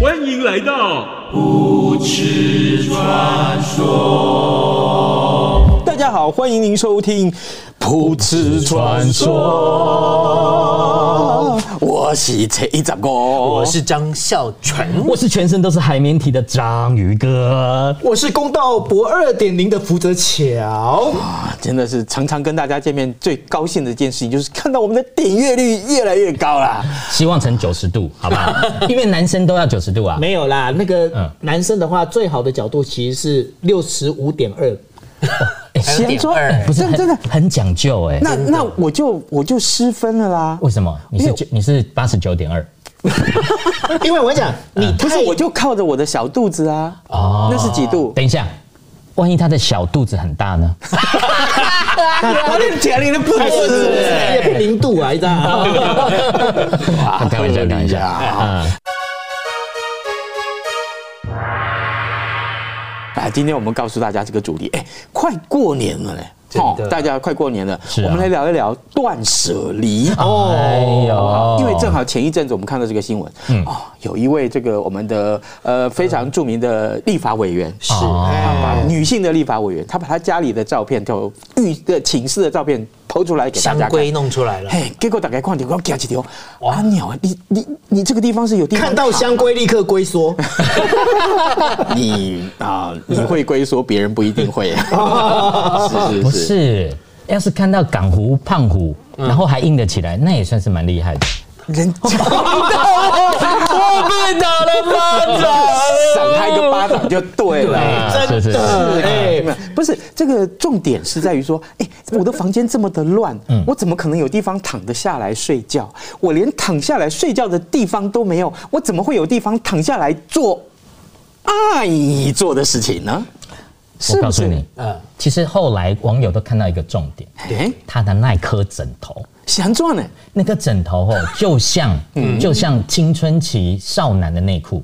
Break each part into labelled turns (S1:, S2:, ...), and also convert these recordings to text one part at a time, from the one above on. S1: 欢迎来到
S2: 大家好，欢迎您收听《噗嗤传说》，我是陈一哦长哥，我
S3: 我是张孝全，
S4: 我是全身都是海绵体的章鱼哥，
S3: 我是公道博二点零的福泽桥，
S2: 真的是常常跟大家见面，最高兴的一件事情就是看到我们的点阅率越来越高 啦。
S4: 希望成九十度，好不好？因为男生都要九十度啊。
S3: 没有啦。那
S4: 嗯
S3: 个男生的话，最好的角度其实是六十五点 二，
S4: 哎
S2: 点二
S4: 不是
S2: 真的真的
S4: 很很讲究哎。
S2: 那那我就我就失分了啦。
S4: 为什么？你
S2: 因
S4: 是
S2: 为
S4: 九你是八十九点二
S3: 因为我讲
S5: 嗯
S3: 你
S2: 不是，
S3: 太
S2: 我就靠着我的小肚子啊，
S4: 哦
S2: 那是几度？
S4: 等一下，万一他的小肚子很 大呢？
S2: 哦我的天，你的不
S3: 太过
S2: 是
S3: 是也不零度啊，你知道 吗？
S4: 开玩笑，开玩笑。嗯
S2: 啊！今天我们告诉大家这个主题，哎，快过年了嘞。哦，大家快过年了，
S4: 是
S2: 我
S4: 啊
S2: 们来聊一聊断舍离哦
S4: 哎呦
S2: 因为正好前一阵子我们看到这个新闻，哦，有一位这个我们的呃非常著名的立法委员，是
S3: 哎
S2: 女性的立法委员，她把她家里的照片，就浴的寝室的照片剖出来给大
S6: 香
S2: 家
S6: 龟
S2: 看。
S6: 弄出来了。
S2: 嘿，结果打开矿点，我夹起条，哇鸟啊，你你你这个地方是有地方
S3: 看到香龟立刻龟缩，
S2: 你啊，你会龟缩，别人不一定 会。是
S4: 不
S2: 是嗯是，
S4: 是，要是看到港湖、胖虎，然后还硬得起来，那也算是蛮厉害的。
S2: 人家我被打了巴掌，赏他一个巴掌就对 了。
S4: 啊是是是，
S2: 哎
S3: 哎，，
S2: 不是这个重点是在于说，哎，我的房间这么的乱，我怎么可能有地方躺得下来睡觉？我连躺下来睡觉的地方都没有，我怎么会有地方躺下来做爱做的事情呢？是
S4: 我
S2: 不
S4: 告诉
S2: 是
S4: 你，
S3: 嗯
S4: 其实后来网友都看到一个重点，
S2: 哎，
S4: 他的那颗枕头，
S2: 想赚呢？
S4: 那颗枕头 哦，就像
S2: 嗯
S4: 就像青春期少男的内裤，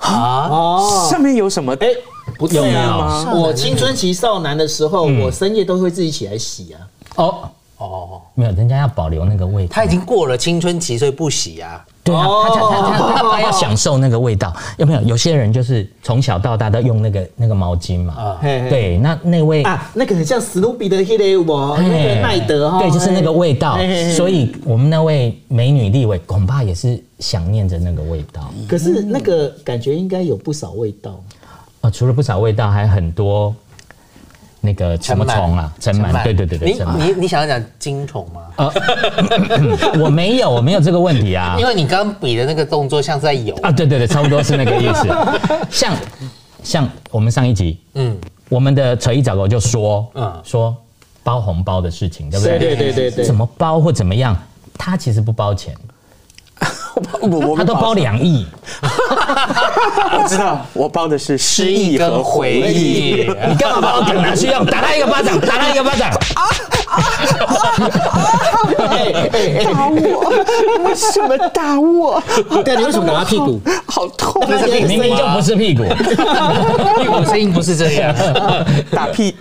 S3: 哦，
S2: 上面有什么？
S3: 哎，不对
S4: 有没有
S3: 啊！我青春期少男的时候，我深夜都会自己起来洗啊。
S4: 哦哦，没有，人家要保留那个味道，
S6: 他已经过了青春期，所以不洗啊。
S4: 对啊，
S3: 哦
S4: 他他他他他要享受那个味道，有没有？有些人就是从小到大都用那个那个毛巾嘛，
S3: 嘿嘿
S4: 对，那那位
S3: 啊，那个很像史努比的黑个我，
S4: 嘿
S3: 那个奈德哈，
S4: 对，就是那个味道
S3: 嘿嘿嘿，
S4: 所以我们那位美女立委恐怕也是想念着那个味道。
S3: 可是那个感觉应该有不少味道，
S4: 哦，除了不少味道，还很多那个什么虫啊，尘螨，对对对啊对，
S6: 你
S4: 尘螨。
S6: 你你想要讲金虫吗？
S4: 我没有，我没有这个问题啊
S6: 因。为你刚刚比的那个动作像是在游，
S4: 啊，对对对，差不多是那个意思。像像我们上一集，嗯，我们的扯一角狗就说，嗯
S6: 嗯，
S4: 说包红包的事情，对不对？
S3: 对对对对对
S4: 怎么包或怎么样，他其实不包钱，
S2: 我我
S4: 他
S2: 们
S4: 都包两亿。
S2: 我知道，我包的是失
S6: 失忆
S2: 忆和
S6: 跟
S2: 回
S6: 回
S2: 忆。
S6: 忆。
S4: 你干嘛把我梗拿去用？打他一个巴掌，打他一个巴掌。
S3: 哎哎哎，
S2: 打我？为什么打我？
S3: 对啊，你为什么打他屁股？
S2: 好痛！啊
S3: 那个
S4: 明明就不是屁股，
S6: 屁股声音不是这样，
S2: 打屁！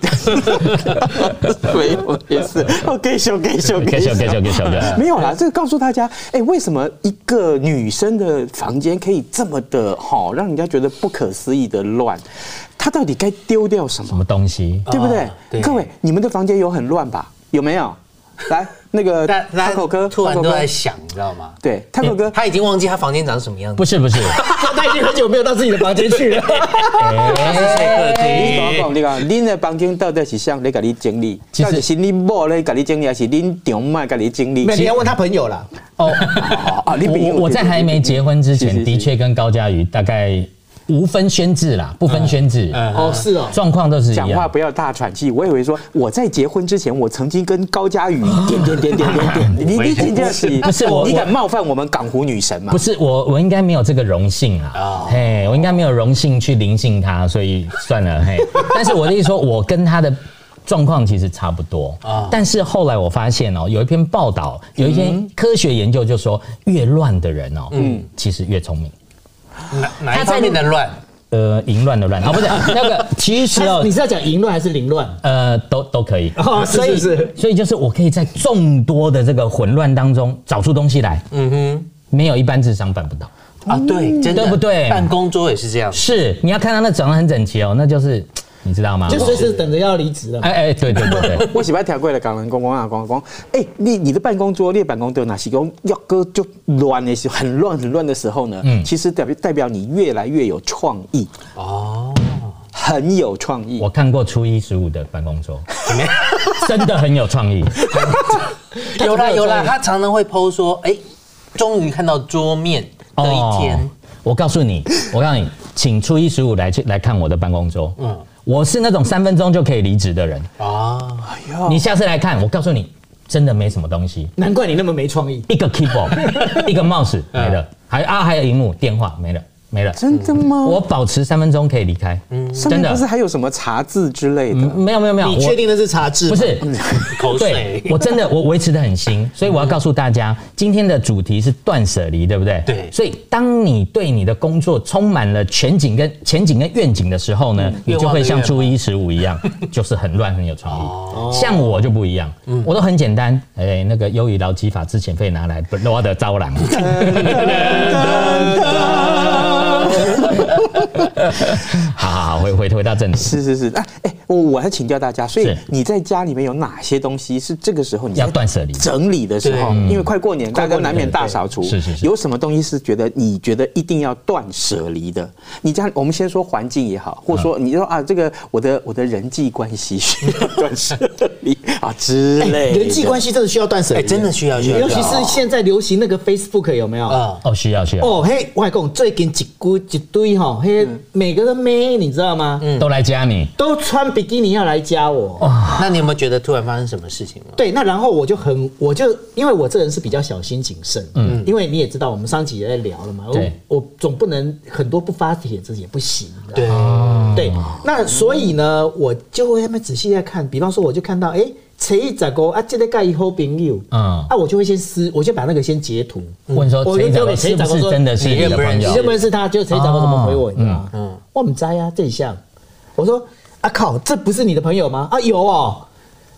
S2: 没有，也是。哦，给手，给手，
S4: 给
S2: 给
S4: 小
S2: 手，
S4: 给小给小哥。
S2: 没有啦，这个告诉大家，哎，为什么一个女生的房间可以这么的哈、让人家觉得不可思议的乱？她到底该丢掉什么
S4: 什？么东西？
S2: 对不对？
S6: 对
S2: 各位，你们的房间有很乱吧？有没 有？来，那个
S6: 大大
S2: 汤口哥，
S6: 家突然
S2: 汤
S6: 都
S2: 口哥
S6: 在想，你知道吗？
S2: 对汤口哥，
S6: 他已经忘记他房间长什么样子，
S4: 不是不是，
S3: 他已经很久没有到自己的房间去了。
S2: 你跟
S6: 客
S2: 我讲，你讲，恁的房间到底是谁来给你整理？
S4: 其实
S2: 到底是恁某来给你整理，还是恁丈妈给你整理？
S6: 哎
S3: 那你要问他朋友啦，
S4: 哦，
S2: 啊，李炳
S4: 我
S2: 英
S4: 我在还没结婚之
S2: 是
S4: 前，
S2: 是
S4: 的确跟高佳瑜大概无分宣制啦，
S2: 嗯
S4: 不分宣制，
S3: 哦，是哦，
S4: 状况都是一
S2: 讲话
S4: 样。
S2: 不要大喘气，我以为说我在结婚之前，我曾经跟高佳宇点点点点 点点，你你你这样是
S4: 不是我
S2: 你敢冒犯我们港湖女神吗
S4: 不？是我，我应该没有这个荣幸啊，
S2: 哦
S4: 嘿，我应该没有荣幸去临幸他，所以算 了，嘿。但是我的意思说，我跟他的状况其实差不多
S2: 哦
S6: 啊
S4: 但是后来我发现哦，有一篇报道，有一篇科学研究就说，越乱的人哦，嗯，其实越聪明。
S6: 哪哪一方面的乱？
S4: 呃，淫乱的乱啊，不是那个，其实哦
S3: 你，是要讲淫乱还是 凌乱？
S4: 呃，都都可以。
S3: 哦，是是是，
S4: 所以就是我可以在众多的这个混乱当中找出东西来，
S6: 嗯哼，
S4: 没有一般智商办不到。
S6: 啊，对，真的
S4: 嗯对不对
S6: 办公桌也是这样，
S4: 是，你要看到那长得很整齐哦，那就是 你知道吗？
S3: 就随时等着要离职了嘛。
S4: 哎哎，对对对 对，
S2: 我喜欢调过来港人公公啊，公公，哎，你你的办公桌、你的办公桌哪些公要哥就乱的时候，很乱很乱的时候呢，
S4: 嗯
S2: 其实代表代表你越来越有创意哦，很有创意
S4: 我。看过初一十五的办公 桌，真的很有 创意。
S6: 有啦有啦，
S3: 有
S6: 他常常会 PO 说，哎，终于看到桌面的一天，
S4: 哦我告诉你，我告诉你，请初一十五来去来看我的办公桌。嗯，我是那种三分钟就可以离职的人。哦
S6: 啊，
S4: 你下次来看，我告诉你，真的没什么东西，
S3: 难怪你那么没创意。
S4: 一个 keyboard，一个 mouse 没了，还啊还有荧幕电话没了没了。
S2: 真的吗？
S4: 嗯我保持三分钟可以离开，
S2: 上
S4: 真
S2: 面
S4: 的
S2: 不是。还有什么茶字之类的？
S4: 嗯没有没有没有，
S3: 你
S4: 我
S3: 确定那是茶制？
S4: 不，是，
S6: 口
S4: 对
S6: 水，
S4: 我真的我维持的很新，所以我要告诉大家，今天的主题是断舍离，对不对？
S6: 对
S4: 所以当你对你的工作充满了前景跟前景跟愿景的时候
S6: 嗯
S4: 呢，你就会像初一十五一样， 就是很乱很有创
S6: 哦
S4: 意。像我就不一样，
S6: 嗯
S4: 我都很简单，哎，那个优于劳基法之前费拿来不我的招 揽。好好好，回回回到正题。
S2: 是是是，啊，哎、我我还请教大家，所以
S4: 是
S2: 你在家里面有哪些东西是这个时候你在
S4: 要断舍离
S2: 整理的时候，
S3: 嗯
S2: 因为快过年，大家难免大扫除，
S4: 对是是是
S2: 有什么东西是觉得你觉得一定要断舍离的？你这样，我们先说环境也好，或者说你说啊，这个我的我的人际关系需要断舍离啊之类的，
S3: 人际关系真的需要断舍离，
S6: 哎真的需要需要
S3: 尤其是现在流行那个 Facebook 有没有？
S6: 啊，
S4: 哦，需要需要。
S3: 哦嘿，我讲最近一股一堆哈，嘿，每个都妹，你知道吗？
S6: 嗯
S4: 都来加你，
S3: 都穿比基尼要来加
S6: 哦
S3: 我。
S4: 哦
S6: 那你有没有觉得突然发生什么事情吗？
S3: 对，那然后我就很，我就因为我这人是比较小心谨慎，嗯，因为你也知道，我们上集也在聊了嘛，
S4: 对
S3: 我我总不能很多不发帖子也不行，你知道吗
S6: 对，
S3: 对，那所以呢，我就会那么仔细在看，比方说，我就看到，哎、谁一咋个啊，这个盖以后朋友，
S4: 嗯
S3: 嗯，啊，我就会先撕，我就把那个先截图，
S4: 问说
S3: 我
S4: 谁
S3: 就
S4: 找
S3: 丢
S4: 的
S3: 给
S4: 是
S3: 谁
S4: 不
S3: 找
S4: 是
S3: 说
S4: 真的是你的朋
S6: 你
S3: 你
S4: 友
S6: 认
S3: 认？不认识他？就谁找过怎么回我，
S4: 哦
S3: 你知道吗？嗯，我们摘呀，这一项，我说啊靠，这不是你的朋友吗？啊有哦，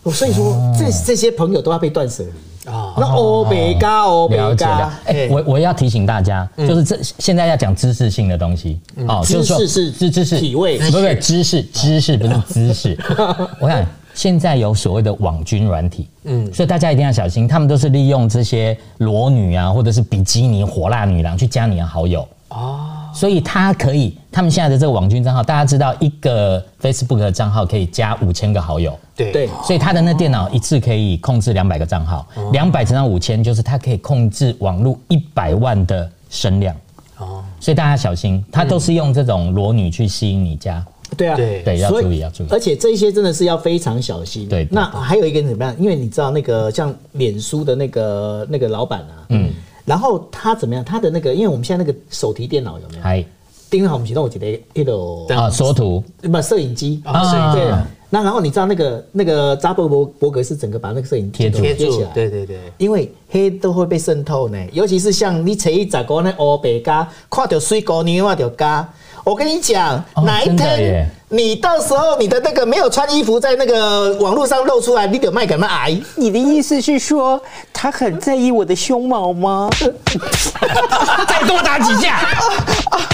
S3: 我所以说这这些朋友都要被断舍离啊
S6: 哦，
S3: 那欧北嘎欧北
S4: 了解了
S3: 嘎，，
S4: 哎，我我要提醒大家，就是这现在要讲知识性的东西哦，
S3: 嗯知
S4: 就是说
S3: 识是
S4: 知知识
S3: 体位
S4: 不不知识知识不是知 识。我想现在有所谓的网军软体，嗯，所以大家一定要小心，他们都是利用这些裸女啊，或者是比基尼火辣女郎去加你的好友
S3: 哦
S4: 所以他可以，他们现在的这个网军账号，大家知道一个 Facebook 的账号可以加五千个好友，
S6: 对
S3: 对，
S4: 所以他的那电脑一次可以控制两百个账号，
S2: 哦
S4: 两百乘上五千就是他可以控制网络一百万的声量。哦，所以大家小心，他都是用这种裸女去吸引你家。
S2: 嗯
S3: 对啊，
S6: 对
S4: 对要
S3: 所以
S4: 注意要注意
S3: 而且这一些真的是要非常小心。
S4: 对对
S3: 那还有一个怎么样？因为你知道那个像脸书的那个那个老板啊，嗯，然后他怎么样？他的那个，因为我们现在那个手提电脑有没有？
S4: 嗨
S3: 盯好我们启动我记得一楼
S4: 啊，缩图
S3: 不摄影机
S6: 啊摄影
S3: 对
S4: 啊。
S3: 那然后你知道那个那个扎布伯伯格是整个把那个摄影
S4: 贴住
S3: 贴
S6: 贴
S3: 起
S6: 住
S3: 来，，
S6: 对对对，
S3: 因为黑都会被渗透呢，尤其是像你扯一咋个那黑白加，看到水果你看到加。我跟你讲，
S4: 哦
S3: 哪一
S4: 真的
S3: 天
S4: 耶
S3: 你到时候你的那个没有穿衣服在那个网络上露出来，你得卖给他们癌。
S2: 你的意思是说他很在意我的胸毛吗？
S4: 再多打几下，
S2: 我讲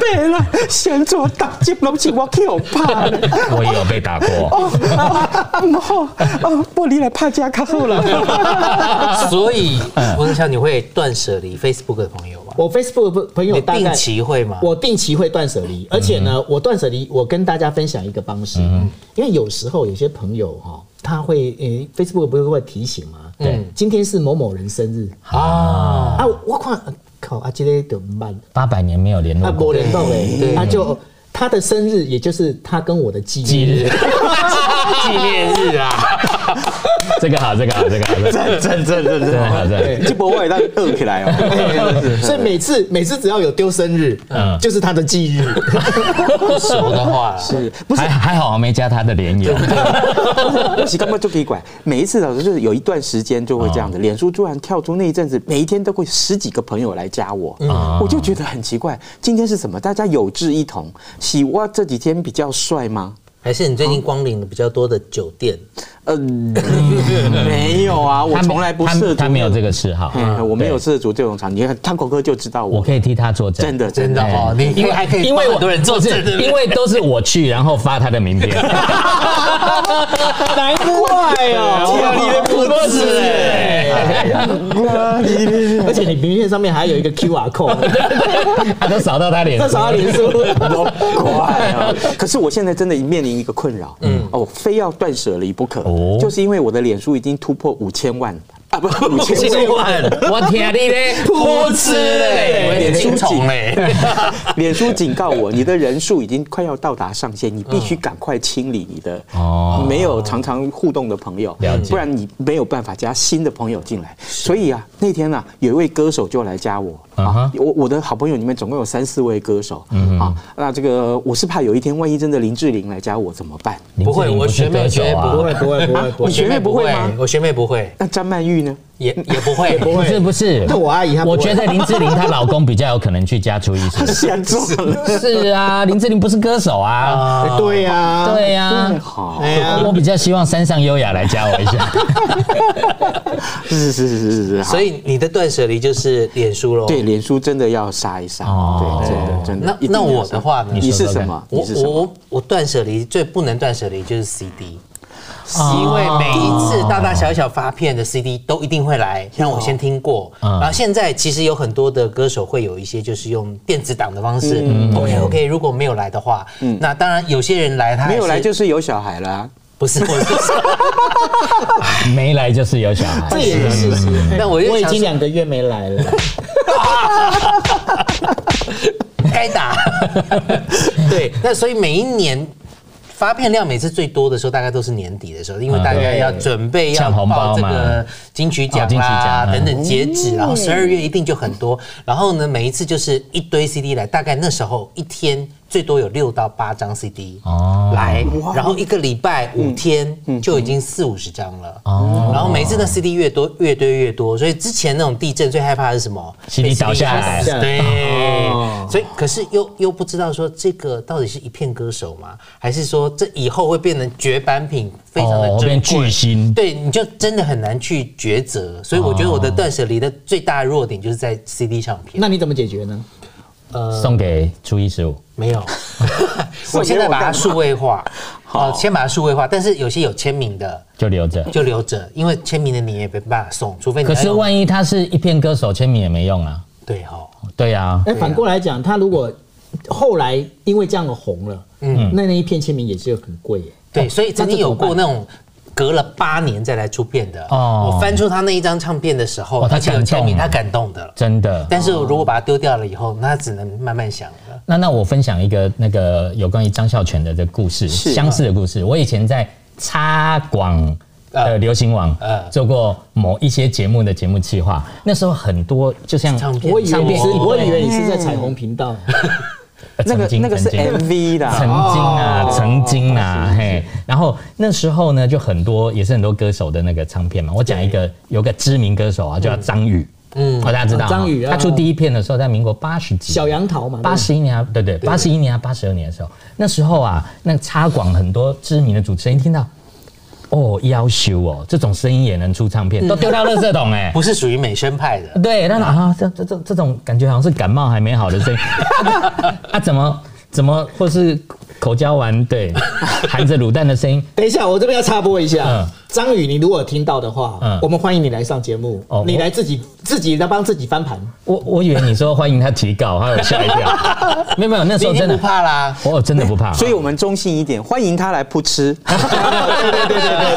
S2: 白了，先做打击，拢是我去怕了。
S4: 我也有被打 过。
S2: 哦，啊唔好，哦，玻璃来拍家较好啦。
S6: 所以文强，你会断舍离 Facebook 的朋友吗？
S3: 我 Facebook 的朋友
S6: 你
S3: 大概
S6: 定期会吗？
S3: 我定期会断舍离，而且呢，我断舍离，我跟大家分享一个方式，因为有时候有些朋友哈、他会诶、f a c e b o o k 不是会提醒吗？
S4: 对，
S3: 今天是某某人生日
S4: 啊，
S3: 啊，我看啊靠啊，今天怎么办？
S4: 八百年没有联
S3: 啊，
S4: 络
S3: 某
S4: 过，
S3: 联动哎，他就他的生日，也就是他跟我的纪念 日，
S2: 啊
S6: 纪念日啊，
S4: 这个好，这个好，这个好，这个好
S2: 真真真
S4: 这个好，这个好。
S2: 这波外当饿起来
S3: 哎
S2: 哦。
S3: 所以每次每次只要有丢生日，
S4: 嗯
S3: 就是他的忌 日。
S6: 不 熟的 话，
S2: 是不是
S4: 还？还好我没加他的联友，
S2: 我其实根本就可以管。每一次老师就是有一段时间就会这样子，脸书突然跳出那一阵子，每一天都会十几个朋友来加我，我就觉得很奇怪，今天是什么？大家有志一同，喜哇这几天比较帅吗？
S6: 还是你最近光临的比较多的酒店，
S2: 呃，没有啊，我
S4: 他没
S2: 从来不
S4: 他
S2: 涉足，
S4: 他没有这个嗜好，
S2: 嘿，哎我没有
S4: 嗯对，
S2: 涉足这种场。你看汤口哥就知道
S4: 我
S2: 我，
S4: 可以替他作证，
S2: 真的真
S6: 真的
S2: 的。
S6: 哦，你因为还可以，
S4: 因为
S6: 很多人做
S4: 不是
S6: 证，对不对
S4: 因为都是我去，然后发他的名片，难怪
S2: 天啊你的
S4: 不是
S3: 而且你名片上面还有一个 QR code，
S4: 他都扫到他脸，
S3: 这啥脸书？
S2: 快啊！可是我现在真的面临一个困扰，嗯，哦，我非要断舍离不可，
S4: 哦
S2: 就是因为我的脸书已经突破五千万啊， 不，五千万。
S4: 万，我天你嘞，噗嗤嘞，
S6: 脸书虫嘞，
S2: 脸书警告我，你的人数已经快要到达上限，你必须赶快清理你的
S4: 嗯哦
S2: 没有常常互动的朋友
S4: 了，解
S2: 不然你没有办法加新的朋友进来。所以啊，那天啊，有一位歌手就来加我
S4: 嗯哼
S2: 啊，我我的好朋友里面总共有三四位歌手啊，那这个我是怕有一天万一真的林志玲来加我怎么办？
S4: 林志玲
S6: 不会我
S4: 是
S6: 学妹
S4: 歌手
S6: 学妹
S4: 啊
S3: 不会不会不会不
S6: 我
S3: 会，
S6: 学妹
S2: 你学妹不
S6: 不会
S2: 会吗
S6: 我学妹不会，
S2: 那张曼玉呢？
S6: 也也不 会，
S3: 不
S4: 不是
S3: 会。
S4: 不是，
S3: 那我阿姨她不
S4: 我
S3: 会
S4: 觉得林志玲她老公比较有可能去加初一
S2: 她
S4: 是。
S2: 想做 了，
S4: 是啊，林志玲不是歌手啊，
S3: 哎对呀，
S4: 对啊呀，
S2: 好，
S3: 哎呀，
S4: 我比较希望山上优雅来加我一下，
S2: 是是是是是是，好
S6: 所以你的断舍离就是脸书喽。
S2: 对，脸书真的要杀一杀，
S4: 哦
S2: 对，真的真的
S6: 那。
S2: 一定要
S6: 那我
S2: 杀
S6: 的话呢
S2: 你
S4: 你说
S2: 是
S4: 说
S2: 什
S4: 看
S2: 么？你
S6: 我
S2: 是什
S6: 我
S2: 么？
S6: 我我断舍离最不能断舍离就是 CD，因
S2: 啊
S6: 为每一次大大小小发片的 CD 都一定会来让我先听过，
S2: 哦
S4: 嗯
S6: 然后现在其实有很多的歌手会有一些就是用电子档的方式，OK
S2: 嗯
S6: OK，如果没有来的话，那当然有些人来他还
S2: 没有来就是有小孩了啊、
S6: 不是我是 说，
S4: 没来就是有小孩
S3: 这。也是事实。哎
S6: 那我就
S3: 我已
S6: 想
S3: 经
S6: 说
S3: 两个月没来了，
S6: 该打。 对，那所以每一年。发片量每次最多的时候，大概都是年底的时候，因为大家
S3: 对
S6: 要准备要
S4: 啊抢红包
S6: 报这
S4: 嘛
S6: 个金曲
S4: 哦
S6: 奖
S4: 金曲
S6: 啦
S4: 奖嗯
S6: 等等截止，然后十二月一定就很多。然后呢，每一次就是一堆 CD 来，大概那时候一天最多有六到八张 CD
S4: 哦
S6: 来，然后一个礼拜五天就已经四五十张了。
S4: 哦
S6: 然后每一次那 CD 越多越堆越多，所以之前那种地震最害怕的是什么
S4: CD
S6: 被
S4: 倒下来
S6: 打死对
S3: 哦，
S6: 所以可是又又不知道说这个到底是一片歌手吗？还是说这以后会变成绝版品，非常的
S4: 哦
S6: 珍
S4: 变
S6: 贵？
S4: 巨星
S6: 对，你就真的很难去抉择。所以我觉得我的断舍离的最大弱点就是在 CD 唱片。
S3: 那你怎么解决呢？
S4: 送给初一十五，
S6: 没有，我现在把它数位化，好，先把它数位化，但是有些有签名的
S4: 就留着。
S6: 就留着，因为签名的你也没办法送，除非你
S4: 可是
S6: 要用
S4: 万一他是一片歌手，签名也没用啊。
S6: 对哦，
S4: 对啊，
S3: 哎，反过来讲，他如果后来因为这样红了，嗯，那那一片签名也是很贵耶。
S4: 哦
S6: 对，所以曾经有过那种隔了八年再来出片的。
S4: 哦
S6: 哦，我翻出他那一张唱片的时候，
S4: 哦他
S6: 而且有签名，
S4: 感动了
S6: 他感动的。
S4: 真的。
S6: 但是如果把它丢掉了以后，那他只能慢慢想了。
S4: 那那我分享一个那个有关于张孝全的这个故事，
S2: 是
S4: 相似的故事。我以前在插广的
S6: 呃
S4: 流行网
S6: 呃
S4: 做过某一些节目的节目企划，那时候很多就像呃
S6: 唱片
S3: 我以为
S4: 唱
S3: 你
S4: 片
S3: 是，我以
S4: 对
S3: 为你是在彩虹频道，
S4: 呃
S2: 那
S4: 曾
S2: 个
S4: 经
S2: 那个是
S4: 曾经
S2: MV 的
S4: 曾
S2: 啊，
S4: 经啊，曾经啊，嘿，然后那时候呢，就很多也是很多歌手的那个唱片嘛。我讲一个，有个知名歌手啊，叫张宇，嗯，大家知道
S3: 哦
S4: 哈，
S3: 张宇啊
S4: 他出第一片的时候，在民国八十几
S3: 小杨桃嘛，
S4: 八十一年啊，对对，八十一年啊，八十二年的时候，那时候啊，那个插广很多知名的主持人一听到，哦，要修哦，这种声音也能出唱片，都丢到垃圾桶哎、
S6: 不是属于美声派的，
S4: 对，但是
S6: 嗯
S4: 啊，这这这这 种感觉好像是感冒还没好的声音，啊，怎么怎么或是口交完， 对，含着卤蛋的声音，
S3: 等一下，我这边要插播一下
S4: 嗯，
S3: 张宇，你如果有听到的话
S4: 嗯，
S3: 我们欢迎你来上节目
S4: 哦，
S3: 你
S4: 我
S3: 来自己自己来帮自己翻盘。
S4: 我我以为你说欢迎他提告，他有吓一跳， 没有没有，那时
S6: 你
S4: 候
S6: 已经
S4: 真
S6: 不
S4: 的，
S6: 怕啦。
S4: 我真的不怕，
S2: 所以我们中性一点，欢迎他来扑吃。
S3: 对对对对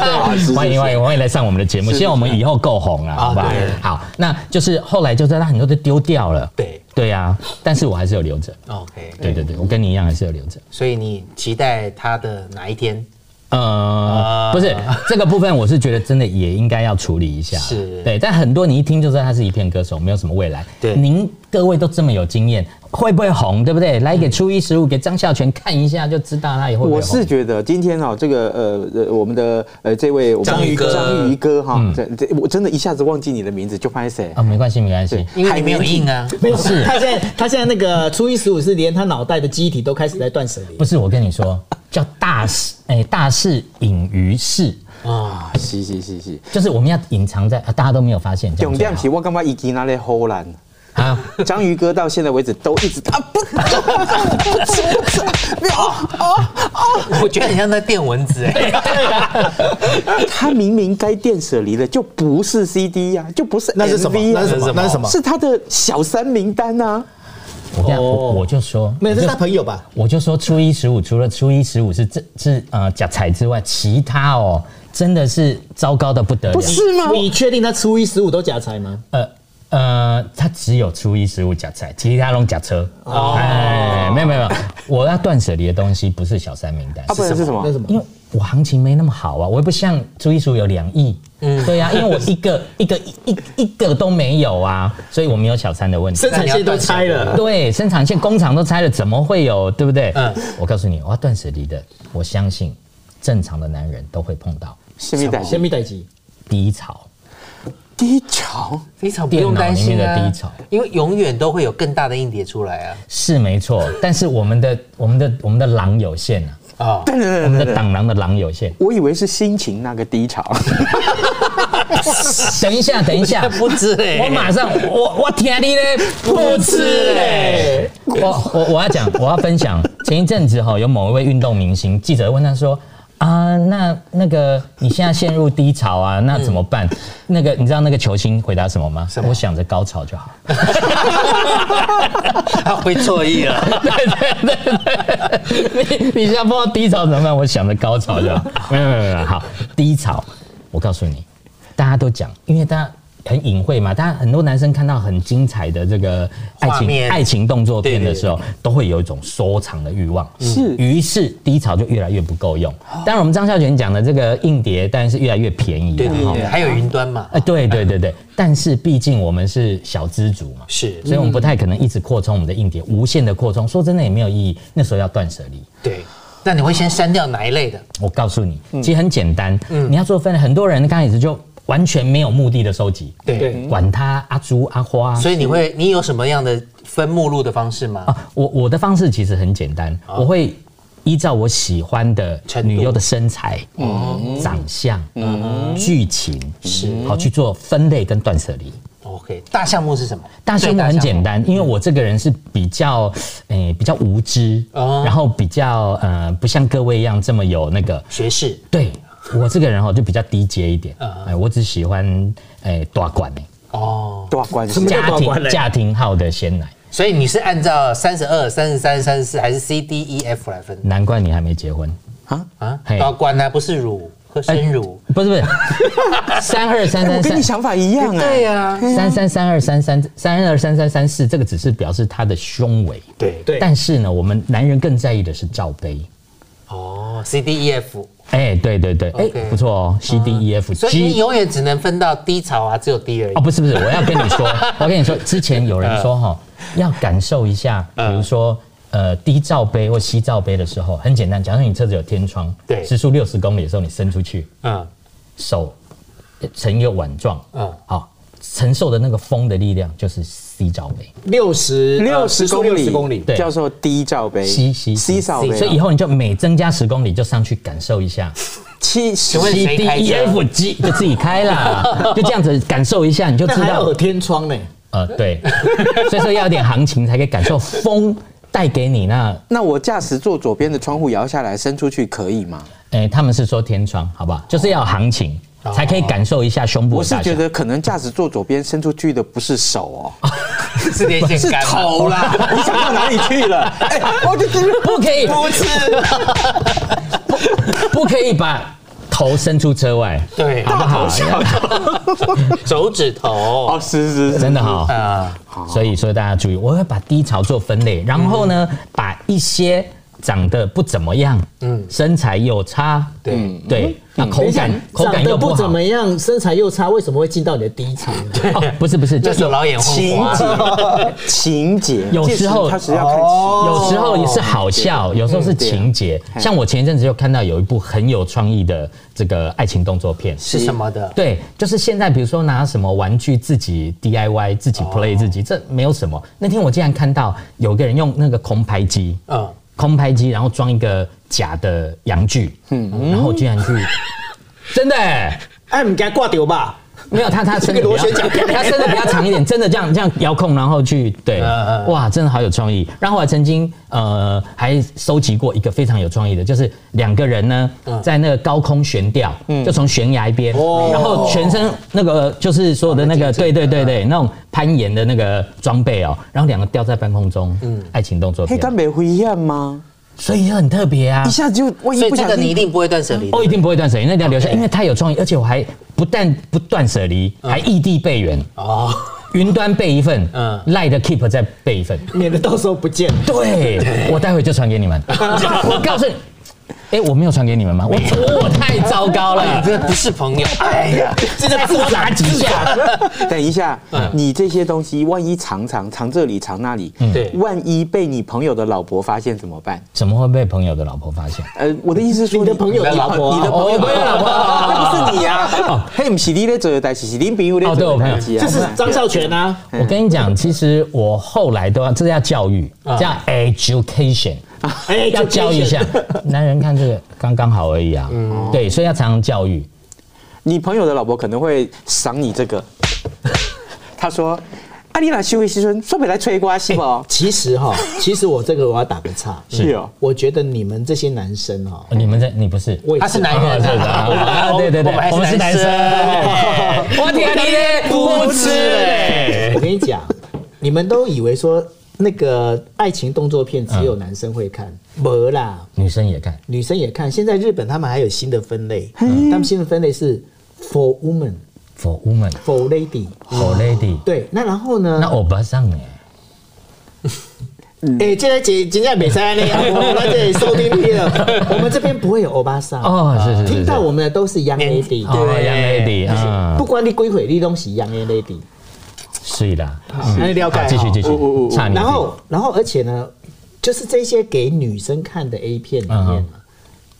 S3: 对，
S4: 欢迎欢迎欢迎来上我们的节目，希望我们以后够红啊，好不好？好，那就是后来就是那很多都丢掉了，
S6: 对
S4: 对啊，但是我还是有留着，
S6: ，OK，
S4: 对对对，我跟你一样还是有留着。
S6: 所以你期待他的哪一天？
S4: 呃
S6: 啊，
S4: 不是这个部分，我是觉得真的也应该要处理一下。
S6: 是
S4: 对，但很多你一听就知道他是一片歌手，没有什么未来。
S6: 对
S4: 您各位都这么有经验，会不会红？对不对？来给初一十五，给张孝全看一下，就知道他也会不会
S2: 我
S4: 红。
S2: 是觉得今天哦，这个呃呃，我们的呃这位我们
S6: 章鱼哥
S2: 章鱼哥哈，这这我真的一下子忘记你的名字，就拍谁
S4: 啊，没关系，没关系
S2: 对。
S6: 因为你没有硬啊，
S3: 没有，
S4: 是
S3: 他现在他现在那个初一十五是连他脑袋的机体都开始在断舍离
S4: 不。是我跟你说，叫大事，哎、大事隐于市，
S2: 啊？是是是是，
S4: 就是我们要隐藏在、啊、大家都没有发现。这样
S2: 重
S4: 最
S2: 点是我干嘛已经拿来荷兰？
S4: 好啊，
S2: 章鱼哥到现在为止都一直啊不，哦
S6: 我觉得很像在电蚊子哎。
S2: 哦他明明该断舍离的就不是 CD 呀、就不是
S7: 那是什么
S2: MV 啊
S7: 那是什么那是什么
S2: 是他的小三名单啊。
S4: 我跟你讲我
S3: 哦
S4: 我就说，
S3: 没
S4: 我
S3: 有，这
S4: 就是
S3: 他朋友吧？
S4: 我就说初一十五，除了初一十五是这是呃假彩之外，其他哦真的是糟糕的不得了。
S2: 不是吗？
S3: 你确定他初一十五都假财吗？
S4: 呃呃，他只有初一十五假彩，其他拢假车。哦，哎，没有没有，没有我要断舍离的东西不是小三名单，
S2: 啊，不然是什么
S3: 那？什么？
S4: 因为我行情没那么好啊，我又不像初一十五有两亿。嗯，对呀、因为我一个一个一一一个都没有啊，所以我没有小三的问题。
S3: 生产线都拆了，
S4: 对，生产线工厂都拆了，怎么会有？对不对？
S6: 嗯
S4: 我告诉你，我要断舍离的，我相信正常的男人都会碰到
S2: 先密代
S3: 先没待机。
S4: 低潮。
S2: 低潮，
S6: 低潮不用担心
S4: 电脑
S6: 啊，
S4: 里面的低潮
S6: 因为永远都会有更大的硬碟出来啊。
S4: 是没错，但是我们的我们的我们的狼有限啊，
S6: 哦，
S2: 等等
S4: 我
S2: 等等
S4: 们的
S2: 等，
S4: 党狼的狼有限。
S2: 我以为是心情那个低潮。
S4: 等一下，等一下，
S6: 不知哎，
S4: 我马上我我听你嘞，不吃嘞。我我我要讲，我要分享。前一阵子哈、有某一位运动明星，记者问他说。啊，那那个你现在陷入低潮啊，那怎么办？那个你知道那个球星回答什么吗？我想着高潮就好。
S6: 他会错意了。
S4: 对对对，你你现在碰到低潮怎么办？我想着高潮就好。没有没有没有，好低潮，我告诉你，大家都讲，因为大家。很隐晦嘛，大家很多男生看到很精彩的这个爱
S6: 画
S4: 情
S6: 面
S4: 爱情动作片
S6: 对
S4: 的
S6: 对
S4: 时候，都会有一种收藏的欲望，嗯
S2: 是
S4: 于是低潮就越来越不够用。
S6: 哦
S4: 当然，我们张孝全讲的这个硬碟，当然是越来越便宜
S6: 对
S4: 了
S6: 对
S4: 哈
S6: 对，。还有云端嘛，
S4: 嗯哎，对对对对，但是毕竟我们是小资族嘛，
S6: 是
S4: 所以我们不太可能一直扩充我们的硬碟，无限的扩充，说真的也没有意义。那时候要断舍离。
S6: 对。那你会先删掉哪一类的？
S4: 我告诉你，
S6: 嗯
S4: 其实很简单，你要做分类，很多人刚开始就完全没有目的的收集，
S6: 对
S3: 对
S4: 管他阿猪阿花。
S6: 所以你会，你有什么样的分目录的方式吗？
S4: 嗯啊，我我的方式其实很简单，我会依照我喜欢的
S6: 程度哦
S4: 女优的身材、长相、
S6: 嗯
S4: 剧情是好去做分类跟断舍离。
S6: OK，大项目是什么？
S4: 大项目很简单，因为我这个人是比较，诶、比较无知，
S6: 哦
S4: 然后比较呃，不像各位一样这么有那个。
S6: 学士
S4: 对我这个人哦，就比较低阶一点，哎、
S6: 嗯
S4: 我只喜欢诶、大管呢，
S6: 哦，
S2: 多少关系？
S4: 家庭家庭号的鲜奶。
S6: 所以你是按照三十二、三十三、三十四还是 C、D、E、F 来分
S4: 难怪你还没结婚，
S2: 哎
S6: 啊？
S4: 嘿哎
S6: 高官啊，不是乳和生乳，
S4: 不是不是， 三二三
S2: 哎我
S4: 三
S2: 跟你
S4: 三。
S2: 想法一样哎。
S6: 啊
S2: 对呀，
S4: 三三三二三三三二三三三四，这个只是表示他的胸围。
S6: 对
S3: 对
S4: 但是呢，我们男人更在意的是罩杯。
S6: 哦，C、D、E、F，
S4: 哎、对对对，哎、
S6: OK 嗯
S4: 不错哦，C D E F
S6: 所以
S4: G
S6: 你永远只能分到低潮啊，只有低而已
S4: 哦，。不是不是，我要跟你说， 我要跟你说，之前有人说哈，要感受一下，比
S6: 嗯
S4: 如说呃低罩杯或吸罩杯的时候，很简单，假如你车子有天窗，
S6: 对
S4: 时速六十公里的时候，你伸出去，
S6: 嗯，
S4: 手呃呈一个碗状，嗯
S6: 嗯，
S4: 好，承受的那个风的力量就是 C 罩杯，
S3: 六十
S2: 六
S3: 时
S2: 十
S3: 速
S2: 公里，
S3: 六十公里，
S4: 对
S2: 叫做低罩杯，
S4: 吸吸
S2: 吸罩
S6: 啊
S2: 杯，
S4: 所以以后你就每增加十公里就上去感受一下
S2: 七十
S6: 请问
S4: ，C
S6: 谁
S4: D
S6: 开
S4: E
S6: 车
S4: F G 就自己开 啦，就这样子感受一下，你就
S3: 那
S4: 知
S3: 还
S4: 道
S3: 有天窗呢。
S4: 呃，对，所以说要有点行情才可以感受风带给你那，
S2: 那我驾驶座左边的窗户摇下来伸出去可以吗？
S4: 哎、他们是说天窗，好不好？就是要有行情。才可以感受一下胸部
S2: 我
S4: 的
S2: 是
S4: 大小
S2: 觉。得可能驾驶座左边伸出去的不是手哦，
S6: 是连线
S2: 是
S6: 干啊嘛
S2: 头 啦！你想到哪里去了？哎、我就觉得
S4: 不可以，
S6: 不 吃，
S4: 不可以把头伸出车外，
S6: 对，
S4: 好不好？
S6: 手指头
S2: 哦，是是是，
S4: 真的哈、
S6: 啊，
S4: 所以说大家注意，我会把低潮做分类，然后呢，把一些长得不怎么样，嗯，身材又差，
S6: 对
S4: 嗯对，那口感口
S3: 长
S4: 感
S3: 得
S4: 又
S3: 不
S4: 不
S3: 怎
S4: 好
S3: 么，样，身材又差，为什么会进到你的低 潮？
S4: 哦不是不是，
S6: 就
S4: 就是是
S6: 老眼昏
S2: 情
S6: 花，
S2: 节情节，
S4: 有哦时候
S2: 他是要看情节
S4: 有时候也是好笑，有时候是情节。像我前一阵子就看到有一部很有创意的这个爱情动作片，
S6: 是什么的？
S4: 对，就是现在，比如说拿什么玩具自己 DIY、自己 play 自己，这没有什么。那天我竟然看到有个人用那个空拍机，
S6: 嗯，
S4: 空拍机，然后装一个假的洋具，嗯，然后竟然去，真的、欸。
S3: 哎，你给他挂掉吧。
S4: 没有他，他伸的比较，他伸的比较长一点，真的这样这样遥控，然后去对
S6: 嗯，
S4: 哇，真的好有创意。然后我还曾经呃还收集过一个非常有创意的，就是两个人呢在那个高空悬吊，就从悬崖边，然后全身那个就是所有的那个对对对对那种攀岩的那个装备哦，然后两个吊在半空中，爱情动作
S2: 黑
S4: 片，
S2: 干没危险吗？
S4: 所以就很特别啊
S2: 一。下子就万
S6: 所
S2: 一
S6: 以
S2: 不
S6: 这
S2: 小
S6: 个你一
S2: 心，
S6: 定不会断舍离的
S4: 哦，一定不会断舍离，那一定要留下，因为太有创意，而且我还不但不断舍离，还异地备援。
S6: 哦，
S4: 云端备一份，
S6: 嗯
S4: 嗯，赖的 Keep 再备一份。
S3: 免得到时候不 见。
S4: 对，我待会就传给你 们。我告诉你，哎，我没有传给你们吗？我我太糟糕
S6: 哎
S4: 了
S6: 你，这不是朋友，哎呀，
S4: 这个自打几下。
S2: 等一下，你这些东西万一藏藏藏这里藏那里，
S6: 对
S2: 万一被你朋友的老婆发现怎么办？
S4: 怎么会被朋友的老婆发现？
S2: 呃，我的意思是说，
S3: 你的朋友的老婆啊
S2: 你的朋友
S4: 哦我朋友老婆啊
S2: 那不是你啊！嘿，不是你在做的代志，是林炳武在
S4: 哦对
S2: 做
S4: 我
S2: 的
S4: 朋友
S2: 代志啊。
S3: 这是张孝全啊，
S4: 我跟你讲，其实我后来都要，这叫教育，叫嗯 education，
S3: 哎
S4: 要教育一下。男人看这个刚刚好而已啊，对，所以要常常教育。
S2: 你朋友的老婆可能会赏你这个。他说：“啊，你来修一修，说不来吹瓜是不？
S3: 其实哈，其实我这个我要打个岔，
S2: 是哦，
S3: 我觉得你们这些男生哈，
S4: 哦你们在，你不是？
S3: 我也
S6: 他是男人
S4: 是的
S6: 啊，我们还
S4: 啊，对对对，
S6: 我们还是男 生，
S4: 生。我天，你嘞不吃嘞？
S3: 我跟 你讲，你们都以为说那个爱情动作片只有男生会看，
S4: 嗯
S3: 没啦，
S4: 女生也看，
S3: 女生也看。现在日本他们还有新的分类，他们新的分类是 for woman。
S4: for woman
S3: for lady，
S4: for lady。
S3: 对，那然后呢？
S4: 那欧巴桑呢？
S3: 哎，现在真真正没塞呢，我们这里收听率了，我们这边不会有欧巴桑
S4: 哦是是是是
S3: 听到我们的都是 young
S6: 年
S3: lady，
S4: 哦，young lady 啊
S3: 不，管你归回，你东西 young lady，
S4: 是啦。
S3: 那你了解
S4: 好，
S3: 哦
S4: 嗯啊继续继续
S2: 哦哦，
S4: 差你一点。
S3: 然后，然后，而且呢，就是这些给女生看的 A 片里面
S4: 嗯
S3: 啊，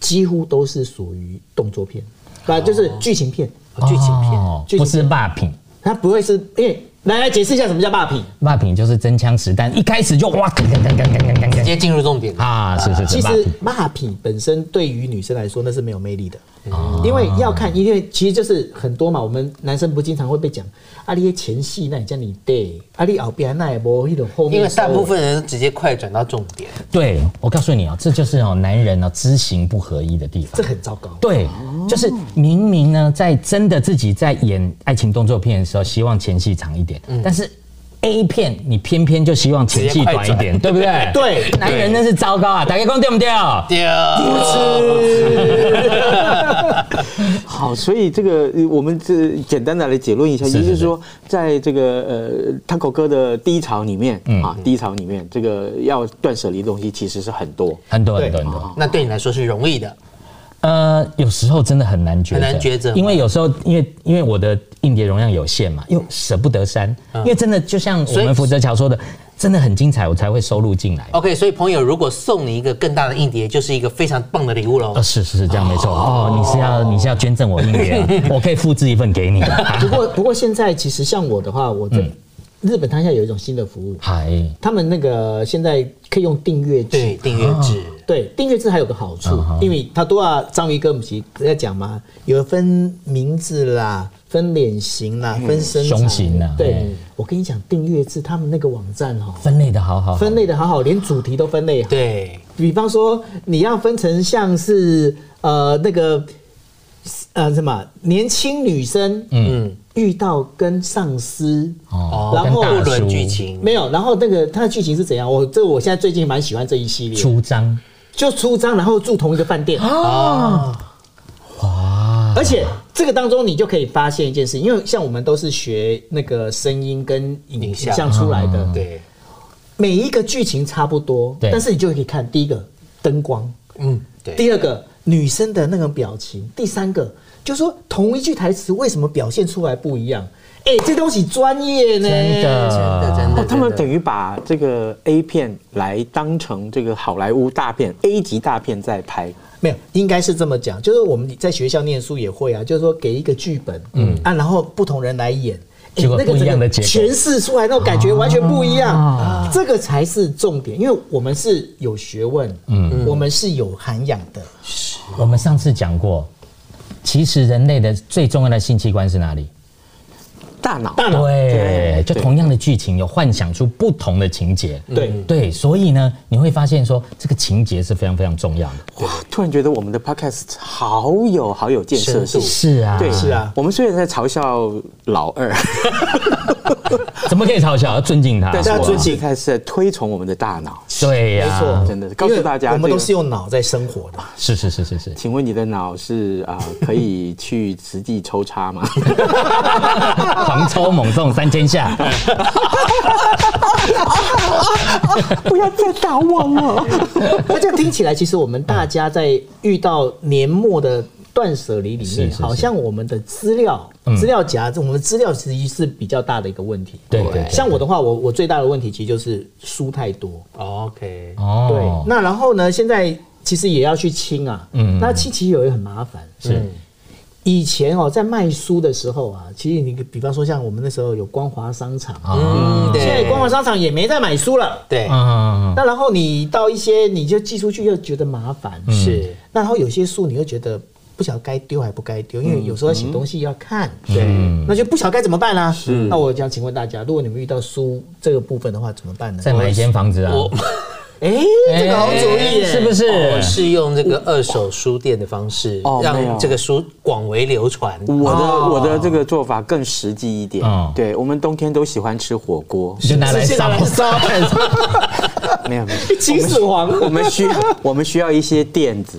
S3: 几乎都是属于动作片，啊，就是剧情片，剧情
S4: 哦
S3: 片，剧
S4: 不
S3: 情
S4: 是
S3: 片，
S4: 霸屏，
S3: 它不会是，因为来来解释一下什么叫霸屏。
S4: 霸屏就是真枪实弹，一开始就哇，干干干干干干
S6: 直
S4: 干
S6: 接进入重点了。
S4: 啊，是是
S3: 其
S4: 是，霸
S3: 实
S4: 屏
S3: 骂品本身对于女生来说那是没有魅力的，
S6: 嗯
S3: 啊因为要看，因为其实就是很多嘛，我们男生不经常会被讲，啊，你的前戏那也叫你对，啊，你后边那也无那种后面，
S6: 因为大部分人直接快转到重点，
S4: 对我告诉你哦，这就是哦男人哦知行不合一的地方
S3: 这。很糟糕。
S4: 对，就是明明呢，在真的自己在演爱情动作片的时候，希望前戏长一点，但是 A 片你偏偏就希望前戏短一点，对不对？
S3: 对
S4: 男人真是糟糕啊！打开光对不对？
S6: 对，
S2: 好，所以这个呃我们这简单的来结论一下，也
S4: 是
S2: 就是说，在这个呃 Taco 哥的低潮里面
S3: 嗯
S2: 啊，低潮里面，这个要断舍离的东西其实是很多。
S4: 很多
S3: 对
S4: 很多很多，
S6: 那对你哦来说是容易的，
S4: 呃，有时候真的很难抉择，
S6: 很难抉择
S4: 因为有时候因为因为我的硬碟容量有限嘛，又舍不得删，因为真的就像我
S6: 所以哦
S4: 们福泽桥说的，真的很精彩，我才会收录进来。
S6: OK，所以朋友如果送你一个更大的硬碟，就是一个非常棒的礼物喽
S4: 呃，。是是是，这样没错。哦，你是要你是要捐赠我硬碟啊，我可以复制一份给你。
S3: 不 过不过现在其实像我的话，我这
S6: 嗯
S3: 日本它现在有一种新的服务，
S4: 嗨。
S3: 他们那个现在可以用订阅制，
S6: 对，订阅制，
S3: 对，订阅制还有个
S4: 嗯
S3: 好处，因为他都要章鱼哥不是在讲嘛，有分名字啦、分脸型啦，分身
S4: 嗯
S3: 材
S4: 胸型啊
S3: 对
S4: 嗯，
S3: 我跟你讲，订阅制他们那个网站哈、
S4: 分类的好好，
S3: 分类的好好，连主题都分类好。啊
S6: 对，
S3: 比方说，你要分成像是呃那个呃什么年轻女生，嗯，遇到跟上司，
S4: 哦
S3: 然后
S4: 跟大
S6: 不
S4: 叔
S6: 伦剧情，
S3: 没有，然后那个它的剧情是怎样？我这我现在最近蛮喜欢这一系列，
S4: 出张
S3: 就出张，然后住同一个饭店啊，哇！而且这个当中你就可以发现一件事，因为像我们都是学那个声音跟影影
S6: 影像
S3: 像出来的，对，
S6: 对，
S3: 每一个剧情差不多，
S4: 对
S3: 但是你就可以看第一个灯光，
S6: 嗯，对，
S3: 第二个女生的那种表情，第三个就说同一句台词为什么表现出来不一样？哎、这东西专业呢，
S4: 真的
S6: 真的真的
S2: 哦，，他们等
S6: 于
S2: 于把这个 A 片来当成这个好莱坞大片 A 级大片在拍，
S3: 没有，应该是这么讲，就是我们在学校念书也会啊，就是说给一个剧本，嗯啊，然后不同人来演。哎
S4: 结果不一样的结果
S3: 诠释出来那种感觉完全不一样，这个才是重点，因为我们是有学问，嗯，我们是有涵养的，
S4: 我们上次讲过，其实人类的最重要的性器官是哪里？
S2: 大脑
S3: 大脑
S4: 对
S2: 对，
S4: 就
S2: 对
S4: 同样的剧情，有幻想出不同的情节。
S3: 对
S4: 对，所以呢，你会发现说这个情节是非常非常重要的。
S2: 哇，突然觉得我们的 podcast 好有好有建设性。
S4: 是啊，
S2: 对，
S3: 是啊
S2: 我们虽然在嘲笑老 二，
S4: 怎么可以嘲笑？要尊敬他。
S2: 但是
S3: 大
S2: 我们
S3: 家尊敬
S2: 最开始在推崇我们的大脑。
S4: 对啊呀、
S3: 没错
S2: 真的告诉大家
S3: 因为我们
S2: 这个
S3: 都是用脑在生活的，
S4: 是是是是是，
S2: 请问你的脑是啊、可以去实地抽插吗？
S4: 狂抽猛送三千下，
S2: 不要再打我了！
S3: 那这样听起来，其实我们大家在遇到年末的断舍离里
S4: 是
S3: 面，
S4: 是是嗯
S3: 好像我们的资料资料夹，我们的资料其实是比较大的一个问题。
S4: 对对对
S3: 像我的话，我我最大的问题其实就是书太多。
S6: ，OK，
S4: 哦，
S3: 对，那然后呢，现在其实也要去清啊，嗯，那清其实有也很麻烦，是。以前哦，在卖书的时候啊，其实你比方说像我们那时候有光华商场，
S4: 啊
S6: 嗯，
S3: 现在
S6: 对，
S3: 光华商场也没在买书了。
S6: 对，
S4: 嗯，
S3: 那然后你到一些你就寄出去又觉得麻烦，
S4: 嗯
S6: 是
S3: 那然后有些书你又觉得不晓得该丢还不该丢，
S4: 嗯
S3: 因为有时候写东西要看，对，那就不晓得该怎么办啦、那我想请问大家，如果你们遇到书这个部分的话，怎么办呢？
S4: 再买一间房子啊，
S6: 我
S3: 哎，这个好主意耶，
S4: 是不是？
S6: 我哦是用这个二手书店的方式
S2: 哦，没有
S6: 让这个书广为流传。
S2: 我的、我的这个做法更实际一点。
S4: 嗯
S2: 对我们冬天都喜欢吃火锅，
S4: 就拿来
S3: 是拿
S4: 烧
S3: 来烧，
S2: 没有没有。
S3: 秦始皇。
S2: 我们需 我们需要一些垫子，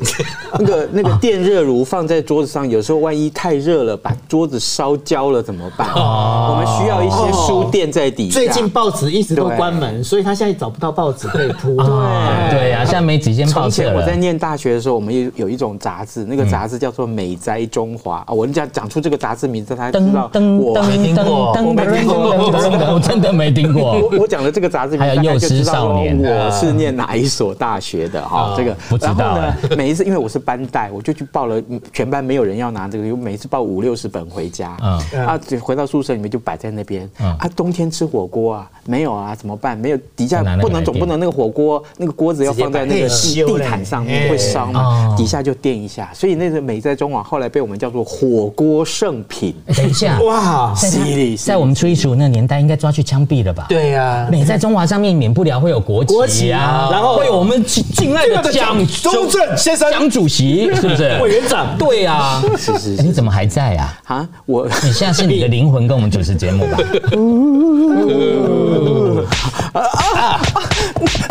S2: 那个那个电热炉放在桌子上，有时候万一太热了，把桌子烧焦了怎么办？我们需要一些书垫在底下。
S3: 哦最近报纸一直都
S2: 对
S3: 关门，所以他现在找不到报纸可以铺。
S4: 啊对呀、现在没几间报
S2: 从
S4: 社
S2: 前我在
S4: 了。
S2: 念大学的时候，我们有有一种杂志，那个杂志叫做《美哉中华》啊。我人家讲出这个杂志名字，他
S4: 嗯
S2: 知道我
S4: 噔噔，我真的没听过。
S2: 我我讲的这个杂志名字，
S4: 还
S2: 大
S4: 有
S2: 家就知道
S4: 幼师少年啊
S2: 说
S3: 啊
S2: 我是念哪一所大学的哈。这个
S4: 不知道啊
S2: 然后呢， 每一次因为我是班带，我就去报了，全班没有人要拿这个，因为每一次报五六十本回家，
S4: 嗯
S2: 啊，就回到宿舍里面就摆在那边。啊，冬天吃火锅啊，没有啊，怎么办？没有底下
S4: 就拿那个
S2: 不
S4: 来
S2: 能总
S4: 垫
S2: 不能那个火锅那个锅子要放在那个
S3: 直
S2: 地
S3: 接摆
S2: 地毯上面
S3: 哎
S2: 会烧
S4: 哦
S2: 嘛，底下就垫一下。所以那个美在中网后来被我们叫做火锅圣品。
S4: 哎 等一下，
S3: 哇，
S4: 在
S2: 犀利
S4: 在我们初一十五那个年代，应该抓去枪毙了吧？。
S6: 对呀，
S4: 美在中华上面免不了会有国
S3: 国
S4: 旗
S3: 旗
S4: 啊
S3: 啊，然后
S4: 会有我们敬敬爱的蒋中正先生、蒋主席，是不是？
S3: 委员长
S4: 对啊，
S2: 是是
S4: 哎
S2: 是
S4: 你怎么还在啊？
S2: 啊，我
S4: 你现在是你的灵魂跟我们主持节目吧？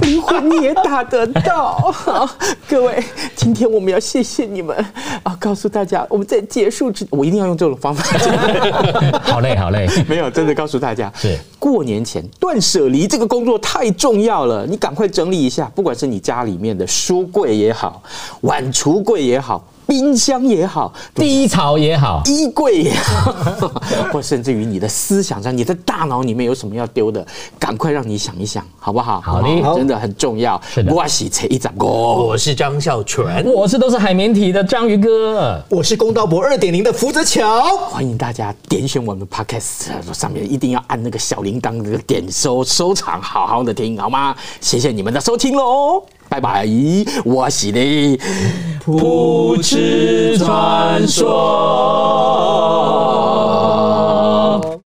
S2: 灵魂你也打得到。好，各位，今天我们要谢谢你们啊！告诉大家，我们在结束之，我一定要用这种方法。
S4: 好嘞，好嘞，
S2: 没有，真的告诉大家，
S4: 是
S2: 过年前断舍离这个工作太重要了，你赶快整理一下，不管是你家里面的书柜也好，碗橱柜也好，冰箱也好，
S4: 低潮也好，
S2: 衣柜 也好，或甚至于你的思想上，你的大脑里面有什么要丢的，赶快让你想一想，好不好？
S4: 好的
S2: 真的很重要。
S4: 是的
S2: 我洗车一哦掌锅。
S6: 我是张孝全。
S4: 我是都是海绵体的章鱼哥，
S3: 我是公道博二点零的福泽桥，
S2: 欢迎大家点选我们的 podcast 上面，一定要按那个小铃铛那个点收收藏，好好的听好吗？谢谢你们的收听喽，拜拜，我是你不知传说。